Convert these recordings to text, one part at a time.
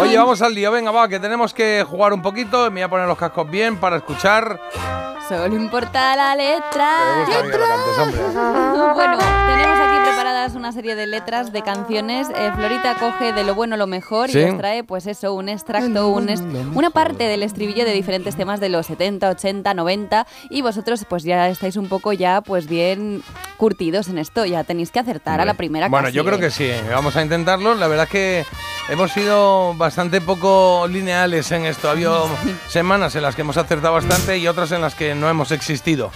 Oye, vamos al lío, venga, va, que tenemos que jugar un poquito. Me voy a poner los cascos bien para escuchar. Solo importa la letra. Me gusta a mí que lo cantes, hombre. Bueno, tenemos aquí preparadas una serie de letras de canciones. Eh, Florita coge de lo bueno lo mejor Sí. y nos trae, pues eso, un extracto, un est- una parte del estribillo de diferentes temas de los 70, 80, 90 y vosotros, pues ya estáis un poco ya, pues bien curtidos en esto. Ya tenéis que acertar a la primera. Bueno, casi, yo creo ¿eh? que sí, ¿eh? vamos a intentarlo. La verdad es que hemos sido bastante poco lineales en esto. Ha habido semanas en las que hemos acertado bastante y otras en las que no hemos existido.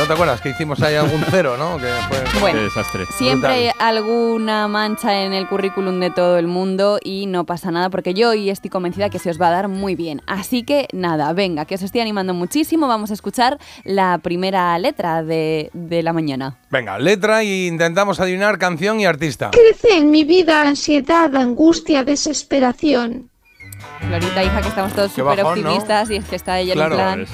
¿No te acuerdas que hicimos ahí algún cero, no? Que fue- Bueno, Qué este desastre. Siempre hay alguna mancha en el currículum de todo el mundo y no pasa nada porque yo hoy estoy convencida que se os va a dar muy bien. Así que nada, venga, que os estoy animando muchísimo. Vamos a escuchar la primera letra de, de la mañana. Venga, letra e intentamos adivinar canción y artista. Crece en mi vida ansiedad, angustia, desesperación. Florita, hija, que estamos todos Qué súper bajón, ¿no? optimistas y es que está ella Claro, en plan... Pues,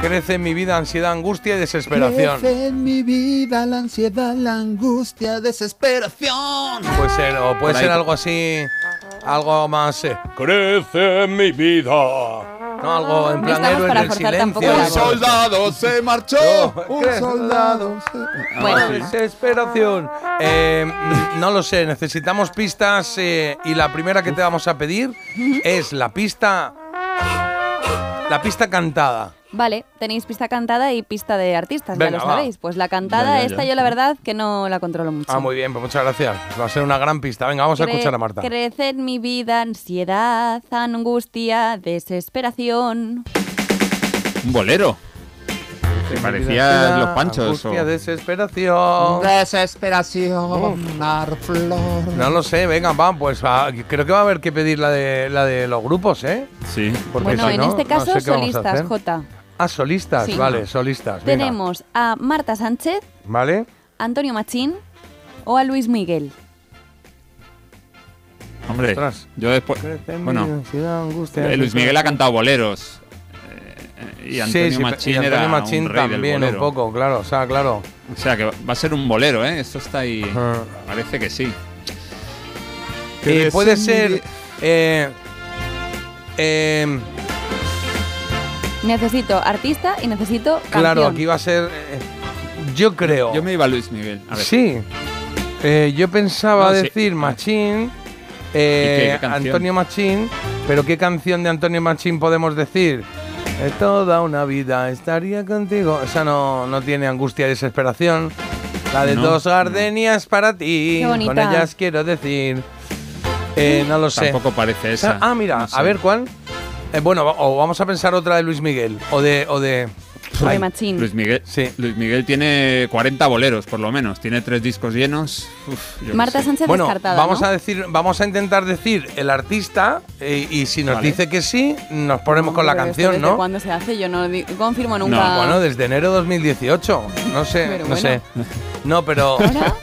Crece en mi vida ansiedad, angustia y desesperación. Crece en mi vida la ansiedad, la angustia, desesperación. Puede ser, o puede Por ahí. ser algo así, algo más... eh, Crece en mi vida. No, algo en No plan estamos héroe para del forzar tampoco silencio. la voz. soldado se marchó. No, crece- se... Bueno, Desesperación. Eh, mm, no lo sé, necesitamos pistas eh, y la primera que te vamos a pedir es la pista... La pista cantada. Vale, tenéis pista cantada y pista de artistas, Venga, ya lo va. sabéis. Pues la cantada, Ya, ya, ya. esta yo la verdad que no la controlo mucho. Ah, muy bien, pues muchas gracias. Va a ser una gran pista. Venga, vamos a Cre- escuchar a Marta. Crece en mi vida ansiedad, angustia, desesperación. Ah, Un bolero. Te parecía los panchos. Angustia, o- desesperación. Oh. Oh. Desesperación, Narflor. No lo sé, venga, va, pues va, creo que va a haber que pedir la de, la de los grupos, ¿eh? Sí. Porque bueno, si en no, este no caso sé qué vamos a solistas, hacer. J. Ah, solistas, Sí. vale, solistas. venga. Tenemos a Marta Sánchez, ¿Vale? Antonio Machín o a Luis Miguel. Hombre, Ostras. yo después. Bueno, eh, Luis Miguel ha cantado boleros. eh, Y Antonio sí, sí, Machín, y Antonio era Machín un rey del también, un bolero. poco, claro, o sea, claro. Ah. O sea que va va a ser un bolero, ¿eh? Esto está ahí. Ajá. Parece que sí. Eh, Crece puede en mi ser. vi- Eh, eh, Necesito artista y necesito canción. claro, aquí va a ser. eh, yo creo. Yo me iba a Luis Miguel. A ver. Sí. Eh, yo pensaba No, sí. decir Machín, eh, ¿Y qué canción? Antonio Machín, pero ¿qué canción de Antonio Machín podemos decir? Eh, toda una vida estaría contigo. Esa no, no tiene angustia y desesperación. La de No, dos no. gardenias para ti. Qué bonita. Con ellas quiero decir. Eh, no lo sé. Tampoco parece esa. Ah, mira, No sé. a ver cuál. Eh, bueno, va- o vamos a pensar otra de Luis Miguel. O de. O de Antonio Ay, Machín. Luis Miguel, Sí. Luis Miguel tiene 40 boleros, por lo menos. Tiene tres discos llenos. Uf, yo qué Marta sé. Sánchez Bueno, descartada, vamos ¿no? a decir, vamos a intentar decir el artista eh, y si nos Vale. dice que sí, nos ponemos con la Pero esto canción, desde ¿no? ¿Cuándo se hace? Yo no di- confirmo No, nunca. Bueno, desde enero 2018. No sé, Pero no bueno. sé. No, pero Ahora,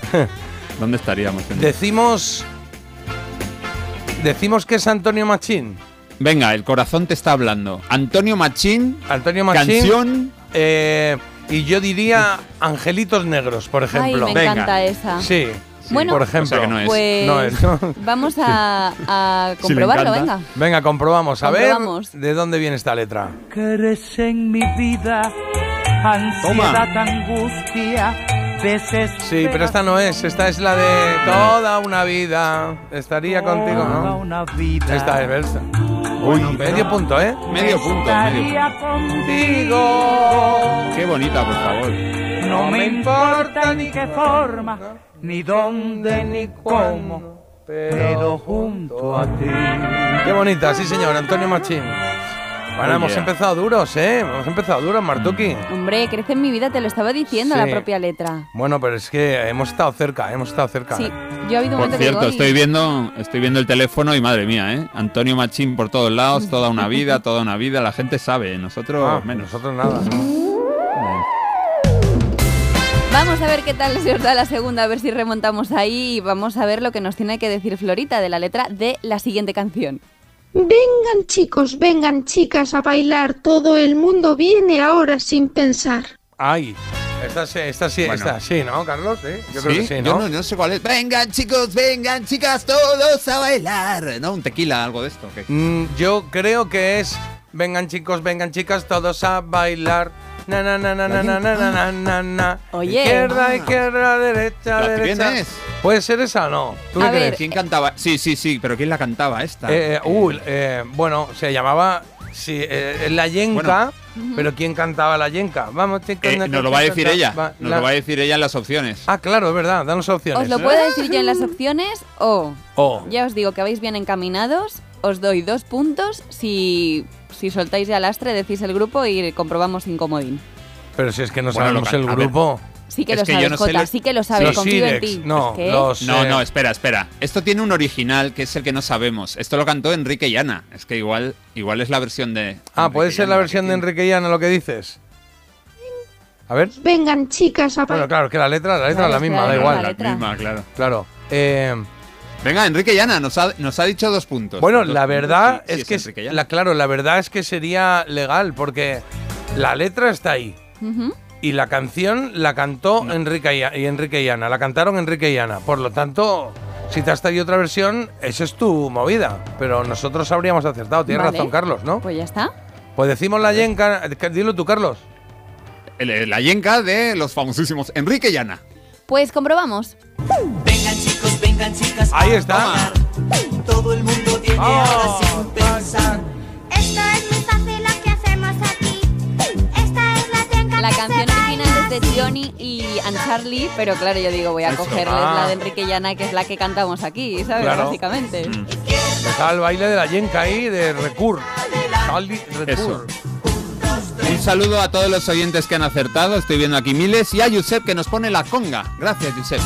¿Dónde estaríamos? decimos decimos que es Antonio Machín. Venga, el corazón te está hablando. Antonio Machín, Antonio Machín. canción. eh, y yo diría Angelitos Negros, por Ay, ejemplo. me Venga. encanta esa. Sí. Bueno. por O ejemplo. sea que no es. Pues No es, ¿no? vamos a, a Si le comprobarlo, encanta. venga. Venga, comprobamos. A Comprobamos. ver de dónde viene esta letra. Crece en mi vida ansiedad, angustia, desesperación. Sí, pero esta no es, esta es la de toda una vida. Estaría contigo, Toda ¿no? una vida. Esta es versa. Uy, medio punto, ¿eh? eh. Medio punto, medio Estaría Digo, punto. Qué bonita, por favor. contigo. No me importa ni qué forma, ni dónde, ni cómo, pero junto a ti. Qué bonita, sí señor, Antonio Machín. Bueno, Oh, hemos yeah. empezado duros, ¿eh? Hemos empezado duros, Martuki. Hombre, crece en mi vida, te lo estaba diciendo Sí. la propia letra. Bueno, pero es que hemos estado cerca, ¿eh? hemos estado cerca. Ah, Sí, yo he habido un Por momento que cierto, digo, "Ay". estoy viendo, estoy viendo el teléfono y madre mía, ¿eh? Antonio Machín por todos lados, toda una vida, toda una vida. La gente sabe, nosotros Ah, menos. Nosotros nada. Vamos a ver qué tal se os da la segunda, a ver si remontamos ahí y vamos a ver lo que nos tiene que decir Florita de la letra de la siguiente canción. Vengan chicos, vengan chicas a bailar, todo el mundo viene ahora sin pensar. Ay, Esta, sí- esta sí, Bueno. esta sí, ¿no, Carlos? Sí, Yo creo ¿Sí? que sí, Yo ¿no? no, no sé cuál es. Vengan chicos, vengan chicas, todos a bailar. No, un tequila, algo de esto. que- Mm, yo creo que es. Vengan chicos, vengan chicas, todos a bailar. Na na na na na na na na na na na. Oye. Izquierda, Ah. izquierda, derecha, ¿La que derecha. viene es? ¿Puede ser esa o no? ¿Tú A qué ver, crees? ¿Quién eh, cantaba? Sí, sí, sí, pero ¿quién la cantaba esta? Eh, uh, eh, bueno, se llamaba sí, eh, La Yenca, pero ¿quién cantaba La Yenca? Vamos, chicos. Eh, na- nos lo va a decir na- ella. va- Nos la- lo va a decir ella en las opciones. Ah, claro, es verdad, danos opciones. ¿eh? Oh, Os lo puedo decir yo en las opciones o O. ya os digo que vais bien encaminados, os doy dos puntos si, si soltáis ya lastre, decís el grupo y comprobamos sin comodín. Pero si es que no Bueno, sabemos lo el can- a ver. grupo. Sí que Es lo que sabes, yo no sé Jota, los- sí que lo sabes, los confío en Silex, ti. no, Es que- los- No, Eh, no, espera, espera. Esto tiene un original que es el que no sabemos. Esto lo cantó Enrique Llana. Es que igual, igual es la versión de. Ah, Enrique puede ser Llana la versión de que tiene. Enrique Llana lo que dices. A ver. Vengan chicas a Bueno, bailar. claro, que la letra, la letra es Claro, la misma, claro, da la igual. La letra. misma, claro. Claro. Eh, Venga, Enrique Llana nos ha, nos ha dicho dos puntos. bueno, Dos la puntos, verdad sí, sí, es que Enrique Llana. la, claro, la verdad es que sería legal porque la letra está ahí. Ujú. Y la canción la cantó Enrique y, y Enrique y Ana, la cantaron Enrique y Ana. Por lo tanto, si te has traído otra versión, esa es tu movida. Pero nosotros habríamos acertado, tienes Vale. razón, Carlos, ¿no? Pues, Pues ya está. decimos la yenca, eh, dilo tú, Carlos. El- La yenca de los famosísimos Enrique Llana. Pues comprobamos. Vengan chicos, vengan chicas, Ahí a está. bailar. Todo el mundo tiene Ah, ahora sin pensar. Esto es muy fácil lo que hacemos aquí. Esta es la tenca La que canción se baila original es de Johnny y Anne Charlie, pero claro, yo digo, voy a cogerles Ah. la de Enrique Llana, que es la que cantamos aquí, ¿sabes? Claro. Mm. Básicamente. Está el baile de la yenca ahí, de recur. Saldi- Eso. recur. Un saludo a todos los oyentes que han acertado. Estoy viendo aquí miles. Y a Josep que nos pone la conga. Gracias, Josep.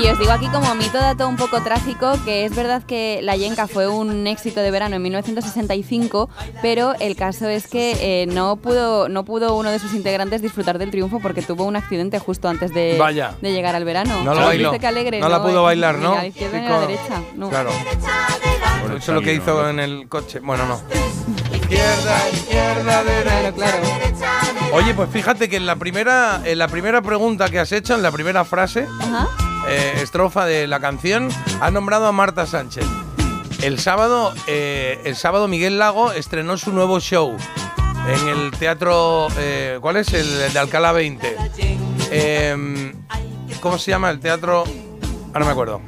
Y os digo aquí como mito dato un poco trágico que es verdad que La Yenca fue un éxito de verano en 1965, pero el caso es que eh, no pudo no pudo uno de sus integrantes disfrutar del triunfo porque tuvo un accidente justo antes de, Vaya. de llegar al verano. No lo Claro, bailó. dice que alegre, no la pudo bailar, Ni ¿no? a la izquierda ni a Chico. la derecha. No. Claro. Eso es lo que hizo en el coche. Bueno, no. Izquierda, izquierda, Claro, claro. Oye, pues fíjate que en la primera, en la primera pregunta que has hecho, en la primera frase, Ajá. eh, estrofa de la canción, ha nombrado a Marta Sánchez. El sábado, eh, el sábado Miguel Lago estrenó su nuevo show en el teatro, eh, ¿cuál es? El de Alcalá 20. Em, ¿Cómo se llama el teatro? Ah, no me acuerdo.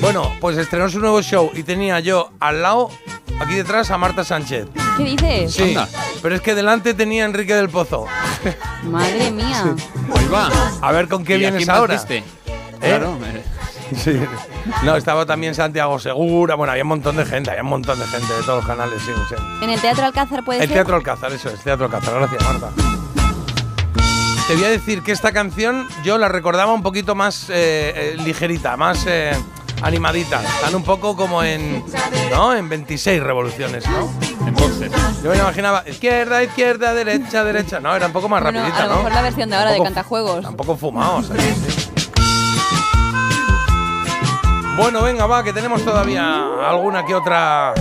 Bueno, pues estrenó su nuevo show y tenía yo al lado, aquí detrás, a Marta Sánchez. ¿Qué dices? Sí, Anda. pero es que delante tenía a Enrique del Pozo. Madre mía. Ahí va. A ver con qué ¿Y a vienes quién más ahora. viste? Claro. eh. Sí. No, estaba también Santiago Segura. Bueno, había un montón de gente, había un montón de gente de todos los canales, sí, sí. En el Teatro Alcázar puede El ser. Teatro Alcázar, eso es, Teatro Alcázar. Gracias, Marta. Te voy a decir que esta canción yo la recordaba un poquito más eh, eh, ligerita, más eh, animadita. Están un poco como en, ¿no? En 26 revoluciones, ¿no? En boxes. Yo me la imaginaba izquierda, izquierda, derecha, derecha. No, era un poco más Bueno, rapidita, a lo ¿no? mejor la versión de ahora de Tampoco- Cantajuegos. Tampoco fumados. ¿eh? Sí. Bueno, venga, va, que tenemos todavía alguna que otra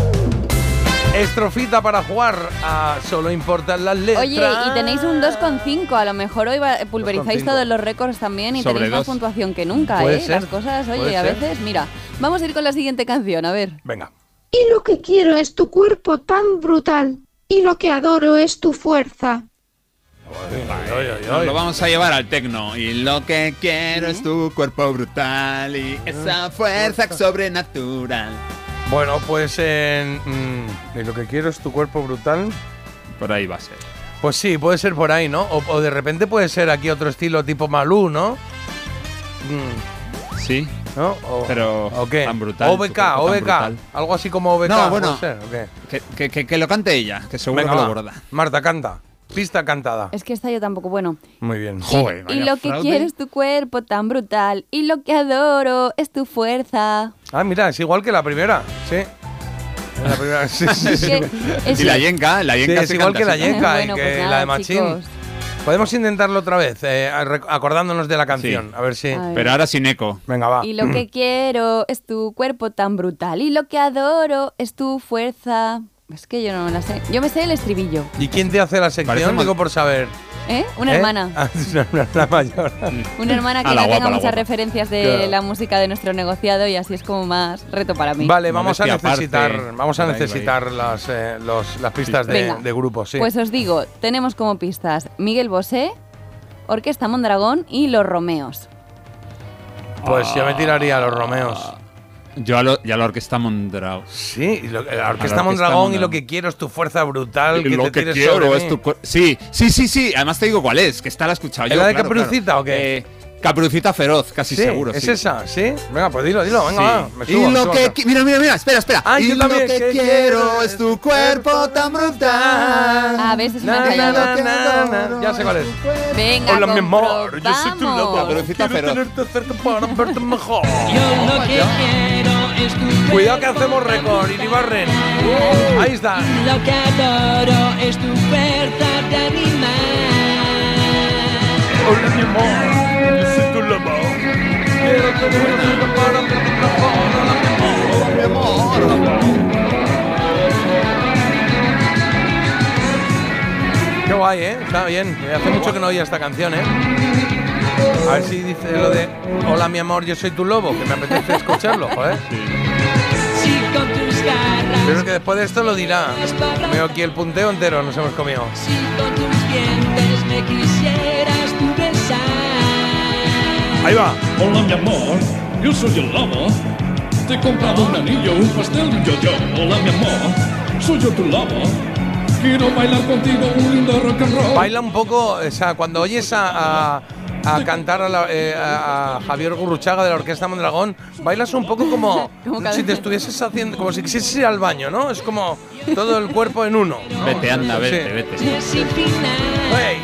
estrofita para jugar a Solo importan las letras. Oye, y tenéis un 2,5. A lo mejor hoy va- pulverizáis 2,5. todos los récords también y Sobre tenéis más dos. puntuación que nunca, Puede ¿eh? ser, Las cosas, oye, puede a ser. veces, mira. Vamos a ir con la siguiente canción, a ver. Venga. Y lo que quiero es tu cuerpo tan brutal. Y lo que adoro es tu fuerza. eh, Nos lo vamos a llevar al tecno. Y lo que quiero es tu cuerpo brutal y esa fuerza sobrenatural. Bueno, pues en, mm, y lo que quiero es tu cuerpo brutal. Por ahí va a ser. Pues sí, puede ser por ahí, ¿no? O, o de repente puede ser aquí otro estilo tipo Malú, ¿no? Mm, Sí. ¿No? O, Pero ¿o qué? tan brutal, tu OBK, cuerpo tan OBK. brutal. Algo así como OBK. No, puede bueno. ser, ¿o qué? Que, que- que- que lo cante ella, que seguro Venga, que va. lo borda. Marta, canta. Pista cantada. Es que esta yo tampoco, bueno. Muy bien. Joder, y vaya lo que fraude. quiero es tu cuerpo tan brutal. Y lo que adoro es tu fuerza. Ah, mira, es igual que la primera. Sí. Es La primera. Sí, sí, Es sí. que- es- Y la yenca, la yenca Sí, es se igual canta que la así, ¿no? yenca. y Bueno, que pues nada, la de Machín. chicos. Podemos intentarlo otra vez, eh, rec- acordándonos de la canción. Sí. A ver si. A ver. Pero ahora sin eco. Venga, va. Y lo que quiero es tu cuerpo tan brutal. Y lo que adoro es tu fuerza. Es que yo no me la sé. Yo me sé el estribillo, ¿Y quién te hace la sección? Parece Digo por saber. ¿eh? Una ¿Eh? hermana. Ah, es una hermana la mayor. Una hermana A que la no guapa, tenga a la muchas guapa. referencias de Claro. la música de nuestro negociado y así es como más reto para mí. Vale, vamos a Modestia necesitar, aparte. vamos a Por ahí, necesitar las, eh, los- las pistas de, Venga. de grupo, sí. Pues os digo, tenemos como pistas Miguel Bosé, Orquesta Mondragón y Los Romeos. Pues yo me tiraría a los Ah. Romeos. Yo a lo, ya la orquesta Mondrao. Sí, y lo- la Orquesta Orquesta Mondragón y Mondragón. lo que quiero es tu fuerza brutal. Que lo te que tires quiero sobre es mí. tu cuer- Sí, sí, sí, sí. Además te digo cuál es, que está la he escuchado ¿Es yo, la de claro, Caperucita claro. o qué? Eh, Caperucita feroz, casi Sí, seguro. es sí. esa, ¿sí? Venga, pues dilo, dilo, venga, Sí. va, me subo, y me lo subo que acá. qui- mira, mira, mira, espera, espera. Ah, y yo lo también, que que quiero quiero es tu cuerpo tan brutal. Ah, ves, es una Na, na, ensayada. na, na, na. Ya sé cuál es. Venga, Hola, mi amor, yo soy tu lobo. comprobamos. Caperucita Quiero feroz. tenerte cerca para verte mejor. Cuidado que hacemos récord, Iribarren. Uh. Ahí está. Lo que adoro es tu fuerza de animal. Hola, mi amor, yo soy tu lobo. Quiero tenerte cerca para verte mejor. Hola, mi amor. Qué guay, ¿eh? Está bien. Hace mucho que no oía esta canción, ¿eh? A ver si dice lo de Hola, mi amor, yo soy tu lobo, que me apetece escucharlo, joder. Si con tus Yo creo garras, que después de esto lo dirá. Veo aquí el punteo entero, nos hemos comido. si con tus dientes me quisieras tú besar. Ahí va. Hola mi amor, yo soy el lobo. Te he comprado un anillo, un pastel y un yo-yo. Hola mi amor, soy yo tu lobo. Quiero bailar contigo un lindo rock and roll. Baila un poco, o sea, cuando oyes a, a- a cantar a, la- eh, a- a Javier Gurruchaga de la Orquesta Mondragón, bailas un poco como, Como cada- si te estuvieses haciendo, como si quisieses ir al baño, ¿no? Es como todo el cuerpo en uno. ¿no? Vete, anda, Sí. vete, vete. Es sin final. Hey.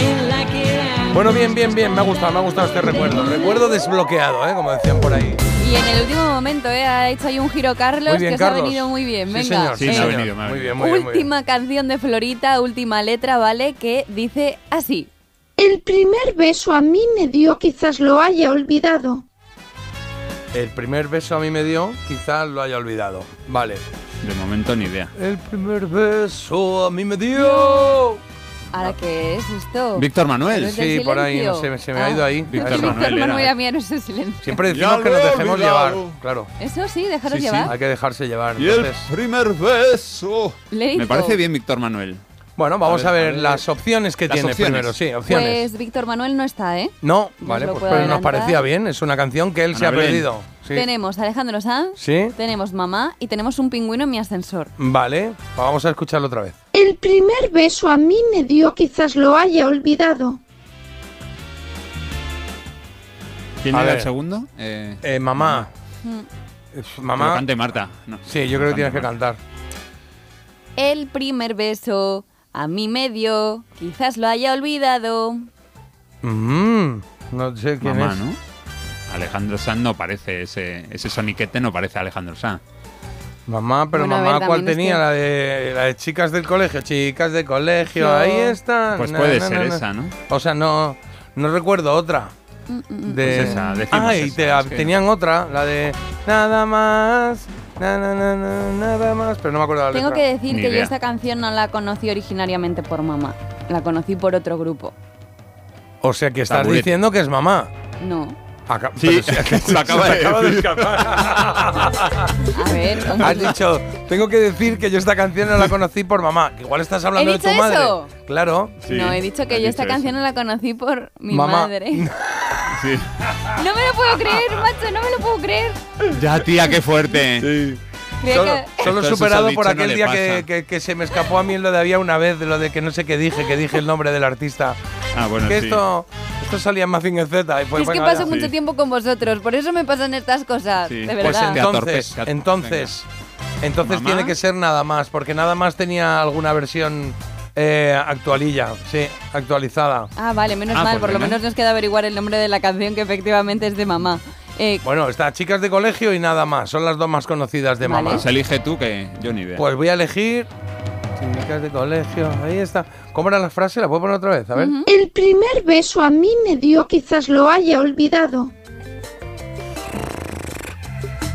En la que hay Bueno, bien, bien, bien, me ha gustado, me ha gustado este recuerdo. Recuerdo desbloqueado, ¿eh? Como decían por ahí. Y en el último momento, ¿eh? ha hecho ahí un giro Carlos muy bien, que os Carlos. ha venido muy bien. Venga, Sí, señor, Sí, sí, me ha señor. venido, me ha Muy venido. bien, muy bien. muy bien. última canción de Florita, última letra, ¿vale? Que dice así. El primer beso a mí me dio, quizás lo haya olvidado. El primer beso a mí me dio, quizás lo haya olvidado. Vale. De momento ni idea. El primer beso a mí me dio. ¿Ahora qué es esto? Víctor Manuel. ¿Los del Sí, por ahí, no silencio? Ah. sé, se me ha ido ahí. Víctor Víctor Manuel, Manuel era. a mí no sé silencio. Siempre decimos Ya lo que nos he dejemos llevar. olvidado. Claro, Eso sí, dejaros Sí, sí. llevar. hay que dejarse llevar. Y el Entonces, primer beso. Leito. Me parece bien, Víctor Manuel. bueno, vamos a A ver, ver, a ver. las opciones que Las tiene opciones. primero, sí, opciones. Pues Víctor Manuel no está, ¿eh? no, nos vale, lo pues, puedo pero nos adelantar. parecía bien, es una canción que él se ha Ana Belén. perdido. Sí. Tenemos a Alejandro Sanz, ¿Sí? tenemos Mamá y tenemos un pingüino en mi ascensor. Vale, pues vamos a escucharlo otra vez. El primer beso a mí me dio, quizás lo haya olvidado. ¿Quién A era ver. el segundo? Eh, Eh, mamá. Mm. Uf, que lo Mamá. cante Marta. No. Sí, yo creo que tienes que Marta. cantar. El primer beso a mi medio, quizás lo haya olvidado. Mm, no sé quién Mamá, es. ¿no? Alejandro Sanz no parece ese, ese soniquete no parece Alejandro Sanz. Mamá, pero Bueno, a mamá, ver, ¿cuál también es tenía? que- La, de, la de chicas del colegio. Chicas de colegio, No. ahí está. Pues puede ser esa, ¿no? O sea, no, no recuerdo otra. Mm, De... Pues esa, decimos Ah, y esa, te- es que- tenían otra, la de nada más, na, na, na, na, nada más, pero no me acuerdo la Tengo letra. que decir Ni que yo idea. esta canción no la conocí originariamente por Mamá, la conocí por otro grupo. O sea, que estás Taburete. diciendo que es mamá. No, Aca- Sí, pero si- se lo acaba se de acaba de decir. escapar. a ver, un Has poquito. dicho, tengo que decir que yo esta canción no la conocí por mamá. que Igual estás hablando ¿He de tu dicho madre. eso? Claro. Sí, no, he dicho has que yo esta dicho canción eso. no la conocí por mi Mamá. madre. Sí. No me lo puedo creer, macho, no me lo puedo creer. Ya, tía, qué fuerte. Creía Solo, que- solo Esto, eso superado dicho por no aquel le día que, pasa. que- que se me escapó a mí lo de había una vez, lo de que no sé qué dije, que dije el nombre del artista. Ah, bueno, que sí. esto, esto salía en Mazinger Z. Y fue, es que venga, paso ya. mucho Sí. tiempo con vosotros, por eso me pasan estas cosas, Sí. de Pues Pues verdad. Te entonces, atorpes, te ator- entonces, entonces ¿Mamá? tiene que ser nada más, porque nada más tenía alguna versión eh, actualilla, sí, actualizada. Ah, vale, menos Ah, mal, pues por lo venga. menos nos queda averiguar el nombre de la canción que efectivamente es de mamá. Eh, Bueno, está chicas de colegio y nada más, son las dos más conocidas de Vale. mamá. Pues elige tú que yo ni idea. Pues voy a elegir chicas de colegio, ahí está. ¿Cómo era la frase? ¿La puedo poner otra vez? A ver. El primer beso a mí me dio, quizás lo haya olvidado.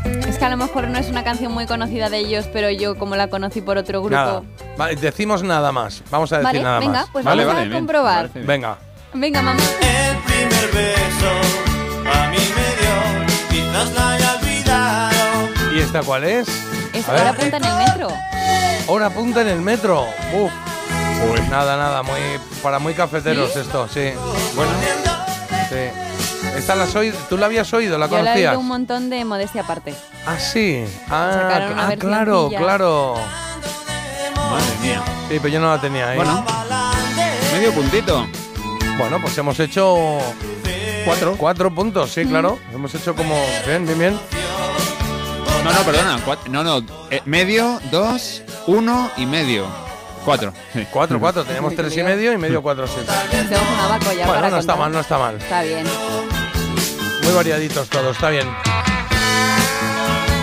es que que a lo mejor no es una canción muy conocida de ellos, pero yo como la conocí por otro grupo. Nada. Vale, decimos nada más. Vamos a decir Vale, nada venga, más. pues Vale, vamos a vale, bien. comprobar. Me parece bien. Venga. Venga, mamá. primer beso a mí me dio, quizás la haya olvidado. ¿Y esta cuál es? Es A ver. ahora punta en el metro. Hora punta en el metro. Uf. Nada, nada, muy para muy cafeteros ¿Sí? esto, sí. Bueno. Sí. Esta la has oído- ¿Tú la habías oído? ¿La Yo la he conocías? oído un montón de modestia aparte. Ah, sí. Ah, Sacaron una ah, versión claro, pilla. claro. Madre mía. Sí, pero yo no la tenía ahí. Bueno. Medio puntito. Bueno, pues hemos hecho... Cuatro. Cuatro puntos, sí, claro. Hemos hecho como... Bien, bien, bien. No, no, perdona. cuat- no, no. eh, medio, dos, uno y medio. Cuatro. Cuatro, cuatro. Tenemos tres y medio y medio cuatro, sí. Tenemos una vaca ya Bueno, para no está contar. mal, no está mal. Está bien. Muy variaditos todos, está bien.